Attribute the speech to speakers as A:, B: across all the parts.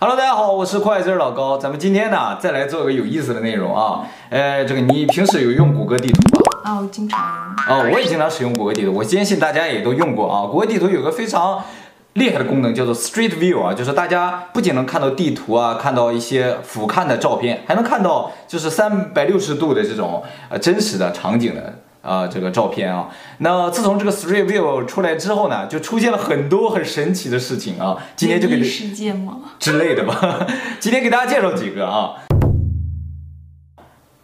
A: Hello，大家好，我是快字老高，咱们今天呢再来做个有意思的内容啊。呃，这个你平时有用谷歌地图吗？
B: 啊，我经常
A: 啊、我也经哦常使用谷歌地图，我坚信大家也都用过啊。谷歌地图有个非常厉害的功能，叫做 Street View 啊，就是大家不仅能看到地图啊，看到一些俯瞰的照片，还能看到就是三百六十度的这种呃真实的场景的。啊、这个照片啊，那自从这个 Street View 出来之后呢，就出现了很多很神奇的事情啊。今天就给
B: 灵异事件吗？
A: 之类的吧。 今天给大家介绍几个啊。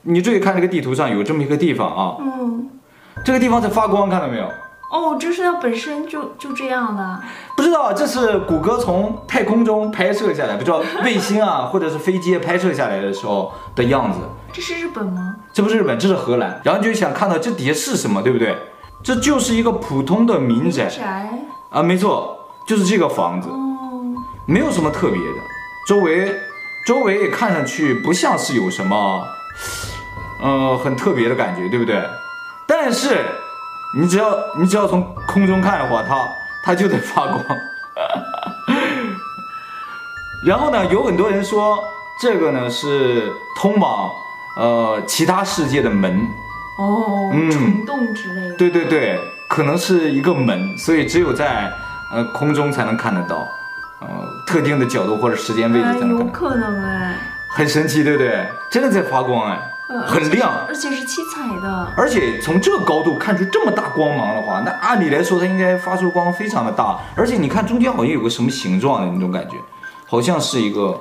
A: 你注意看这个地图上有这么一个地方啊，
B: 嗯，
A: 这个地方在发光，看到没有？
B: 哦，就是它本身就就这样的。
A: 不知道啊这是谷歌从太空中拍摄下来，不知道卫星啊 或者是飞机拍摄下来的时候的样子。
B: 这是日本吗？
A: 这不是日本，这是荷兰。然后你就想看到这底下是什么，对不对？这就是一个普通的民宅
B: 宅。
A: 啊，没错，就是这个房子。
B: 哦，
A: 没有什么特别的，周围周围也看上去不像是有什么，呃，很特别的感觉，对不对？但是你只要你只要从空中看的话，它它就在发光。 然后呢，有很多人说这个呢是通往呃其他世界的门，
B: 哦，
A: 嗯
B: 虫洞之类的。
A: 对对对，可能是一个门，所以只有在呃空中才能看得到，呃特定的角度或者时间位置
B: 哎，
A: 才能看得
B: 有
A: 到。
B: 可能哎，
A: 很神奇，对不对？真的在发光哎，
B: 呃
A: 很亮，
B: 而且是七彩的。
A: 而且从这个高度看出这么大光芒的话，那按理来说它应该发出光非常的大，而且你看中间好像有个什么形状的那种感觉，好像是一个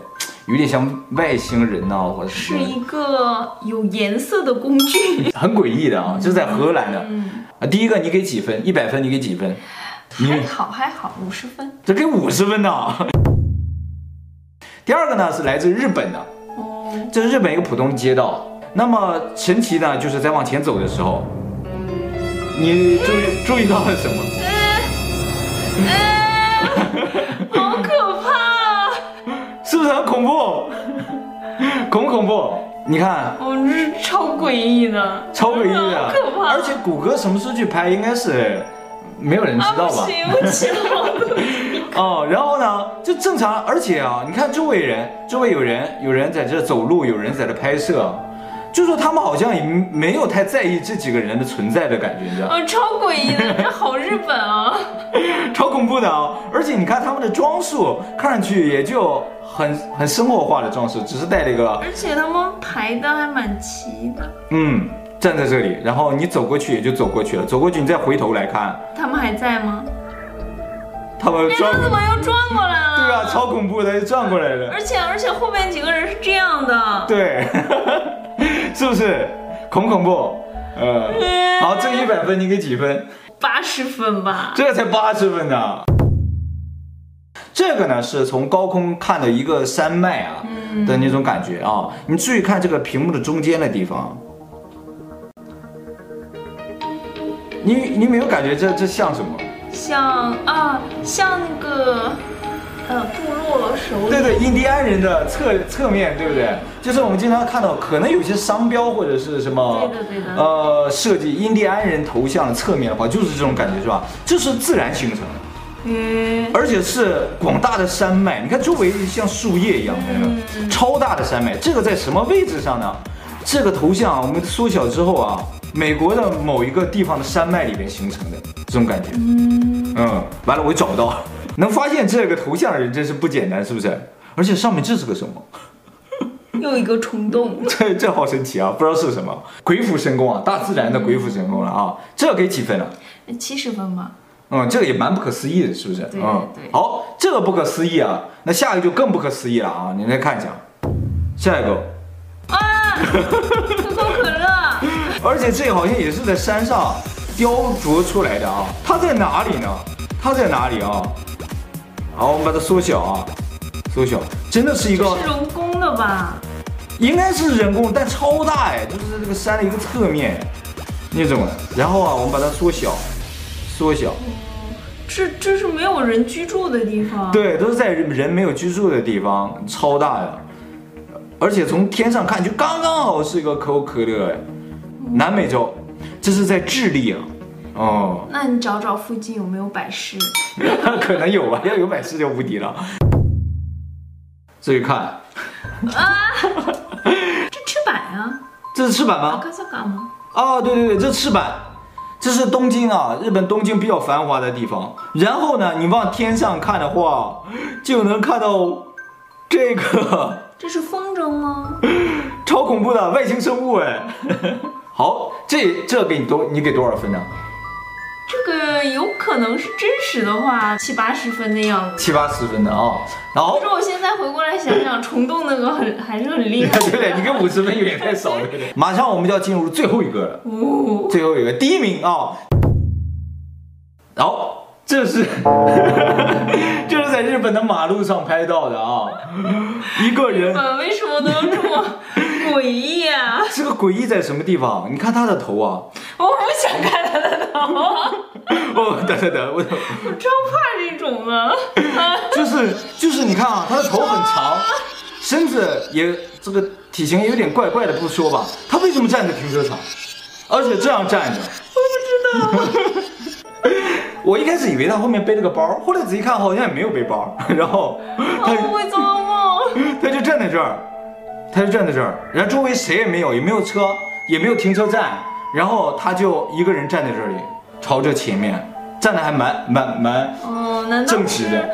A: 有点像外星人呐、或者什
B: 是
A: 么
B: 一个有颜色的工具，
A: 很诡异的啊，这是在荷兰的
B: 嗯，
A: 啊。第一个你给几分？一百分你给几分？
B: 还好还好，五十分
A: 这给五十分呢。 第二个呢是来自日本的，
B: 哦，
A: 这是日本一个普通街道。那么神奇呢，就是在往前走的时候，你注意注意到了什么？
B: 哎哎好可怕！
A: 是不是很恐怖？ 恐不恐怖？你看，
B: 哦，这是超诡异的，
A: 超诡异的，
B: 好可怕！
A: 而且谷歌什么时候去拍，应该是没有人知
B: 啊，
A: 道
B: 不
A: 吧？
B: 行，我知道。
A: 哦，然后呢，就正常，而且啊，你看周围人，周围有人，有人在这走路，有人在这拍摄，就说他们好像也没有太在意这几个人的存在的感觉，你知道吗？
B: 哦， 超诡异的，这好日本啊！
A: 超恐怖的啊！而且你看他们的装束，看上去也就很很生活化的装饰，只是戴了一个
B: 而且他们排的还蛮齐的，
A: 嗯，站在这里，然后你走过去也就走过去了，走过去你再回头来看，
B: 他们还在吗？
A: 他们
B: 哎，
A: 转
B: 他，怎么又转过来了？
A: 对啊，超恐怖的，转过来了，
B: 而且而且后面几个人是这样的，
A: 对， 是不是恐恐怖？呃，
B: 嗯
A: 好，这个一百分你给几分？
B: 八十分吧。
A: 这个才八十分呢。这个呢是从高空看的一个山脉啊
B: 嗯
A: 的那种感觉啊，你注意看这个屏幕的中间的地方，你你没有感觉这这像什么？
B: 像啊，像那个呃部落首
A: 对
B: 领，
A: 对，印第安人的侧侧面，对不对？就是我们经常看到，可能有些商标或者是什么，
B: 对的对的
A: 呃，设计印第安人头像的侧面的话，就是这种感觉，是吧？这是自然形成的，
B: 嗯，
A: 而且是广大的山脉，你看周围像树叶一样那个、超大的山脉，这个在什么位置上呢？这个头像啊我们缩小之后啊，美国的某一个地方的山脉里面形成的这种感觉，嗯，完了我也找不到， 能发现这个头像的人真是不简单，是不是？而且上面这是个什么？
B: 又一个冲动，
A: 这这好神奇啊，不知道是什么，鬼斧神工啊，大自然的鬼斧神工了啊，这给几分了？
B: 七十分吧。
A: 嗯，这个也蛮不可思议的，是不是？
B: 对
A: 嗯，
B: 对
A: 好，这个不可思议啊，那下一个就更不可思议了啊，你来看一下，下一个，
B: 啊，可口可乐，
A: 而且这好像也是在山上雕琢出来的啊，它在哪里呢？它在哪里啊？好，我们把它缩小啊，缩小，真的是一个
B: 是人工的吧？
A: 应该是人工，但超大哎，就是这个山的一个侧面那种的。然后啊，我们把它缩小，缩小，
B: 这这是没有人居住的地方。
A: 对，都是在人人没有居住的地方，超大的。而且从天上看，就刚刚好是一个可口可乐哎，南美洲，这是在智利啊，哦，
B: 那你找找附近有没有百事？
A: 可能有吧，要有百事就无敌了。自己看，
B: 这啊翅膀呀，
A: 这是赤坂
B: 阿
A: 吗？
B: 卡萨嘎吗？
A: 哦，对对对，这是赤坂，这是东京啊，日本东京比较繁华的地方。然后呢，你往天上看的话，就能看到这个。
B: 这是风筝吗？
A: 超恐怖的外星生物哎！好，这这给你多，你给多少分呢？
B: 这个有可能是真实的话，七八十分的样子。
A: 七八十分的啊、然后
B: 可是我现在回过来想想，虫洞那个很还是很厉害
A: 对。不对？你跟五十分有点太少了，对不对？马上我们就要进入最后一个了，
B: 哦，
A: 最后一个第一名啊、然后这是 这是在日本的马路上拍到的啊、一个人
B: 本呃为什么都这么诡异啊？
A: 这个诡异在什么地方？你看他的头啊！
B: 我不想看他的头，我
A: 哦，等等等，我等。
B: 超怕这种啊的。
A: 就是就是，你看啊，他的头很长，身子也这个体型有点怪怪的，不说吧，他为什么站在停车场，而且这样站着？我不知道。 我一开始以为他后面背了个包，后来仔细看好像也没有背包， 然后他
B: 我哦会做梦。
A: 他就站在这儿，他就站在这儿，然后周围谁也没有，也没有车，也没有停车站，然后他就一个人站在这里，朝着前面站的还蛮蛮蛮
B: 嗯，难道
A: 正直
B: 是
A: 的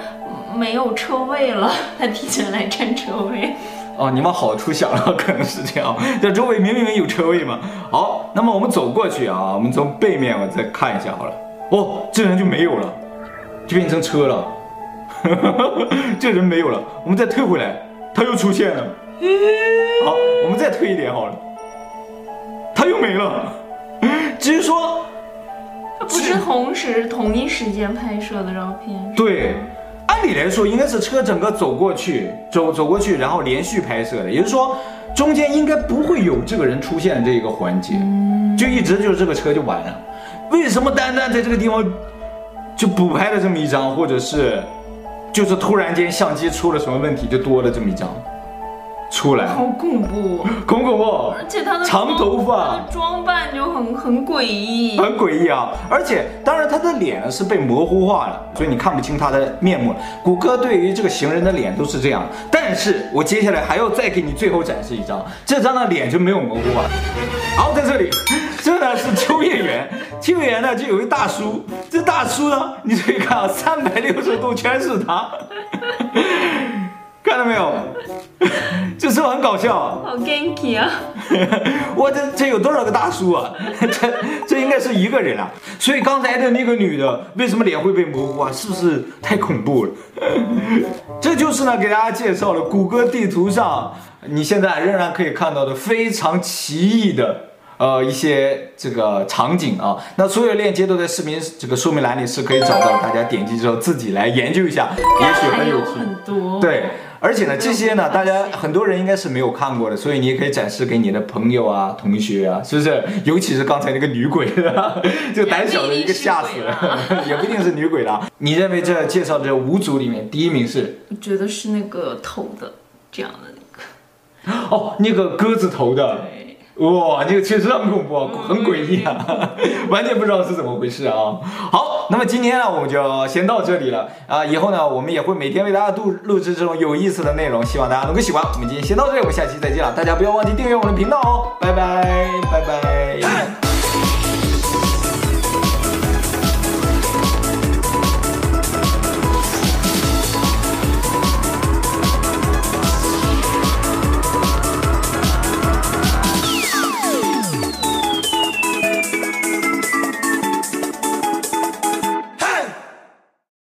B: 没有车位了？ 他提前来占车位。
A: 哦，你往好处想了，可能是这样。 这周围明明有车位嘛。好，那么我们走过去啊，我们从背面我再看一下好了。哦，这人就没有了，就变成车了。 这人没有了，我们再退回来，他又出现了。好，我们再退一点好了，他又没了。至于说，
B: 他不是同时同一时间拍摄的照片。
A: 对，按理来说应该是车整个走过去，走走过去，然后连续拍摄的，也就是说中间应该不会有这个人出现这一个环节，
B: 嗯
A: 就一直就是这个车就完了。为什么单单在这个地方就补拍了这么一张，或者是就是突然间相机出了什么问题就多了这么一张出来？
B: 好恐怖，
A: 恐恐怖！
B: 而且他的
A: 长
B: 装
A: 头发
B: 他的装扮就很很诡异。
A: 很诡异啊！而且，当然他的脸是被模糊化了，所以你看不清他的面目了。谷歌对于这个行人的脸都是这样，但是我接下来还要再给你最后展示一张，这张的脸就没有模糊化。好，在这里，这呢是秋叶原，秋叶原呢就有一大叔，这大叔呢，你注意看啊，三百六十度全是他， 看到没有？ 这是不是很搞笑啊？
B: 好 ganky 啊！
A: 我这这有多少个大叔啊？ 这这应该是一个人啊。所以刚才的那个女的为什么脸会被模糊啊？是不是太恐怖了？ 这就是呢，给大家介绍了谷歌地图上你现在仍然可以看到的非常奇异的。呃，一些这个场景啊，那所有链接都在视频这个说明栏里是可以找到，大家点击之后自己来研究一下，也许
B: 还
A: 很有
B: 有
A: 趣。
B: 很多。，
A: 哦对，而且呢，这些呢，大家
B: 发现
A: 很多人应该是没有看过的，所以你也可以展示给你的朋友啊、同学啊，是不是？尤其是刚才那个女鬼，啊 就胆小的一个吓死了， 也不一定是女鬼啦。你认为这介绍的这五组里面，第一名是
B: 我觉得是那个头的这样的那个。
A: 哦，那个鸽子头的。
B: 对，
A: 哇，这个确实很恐怖，啊，很诡异啊， 完全不知道是怎么回事啊。好，那么今天呢，我们就先到这里了啊、以后呢，我们也会每天为大家录录制这种有意思的内容，希望大家能够喜欢。我们今天先到这里，我们下期再见了，大家不要忘记订阅我们的频道哦，拜拜，拜拜。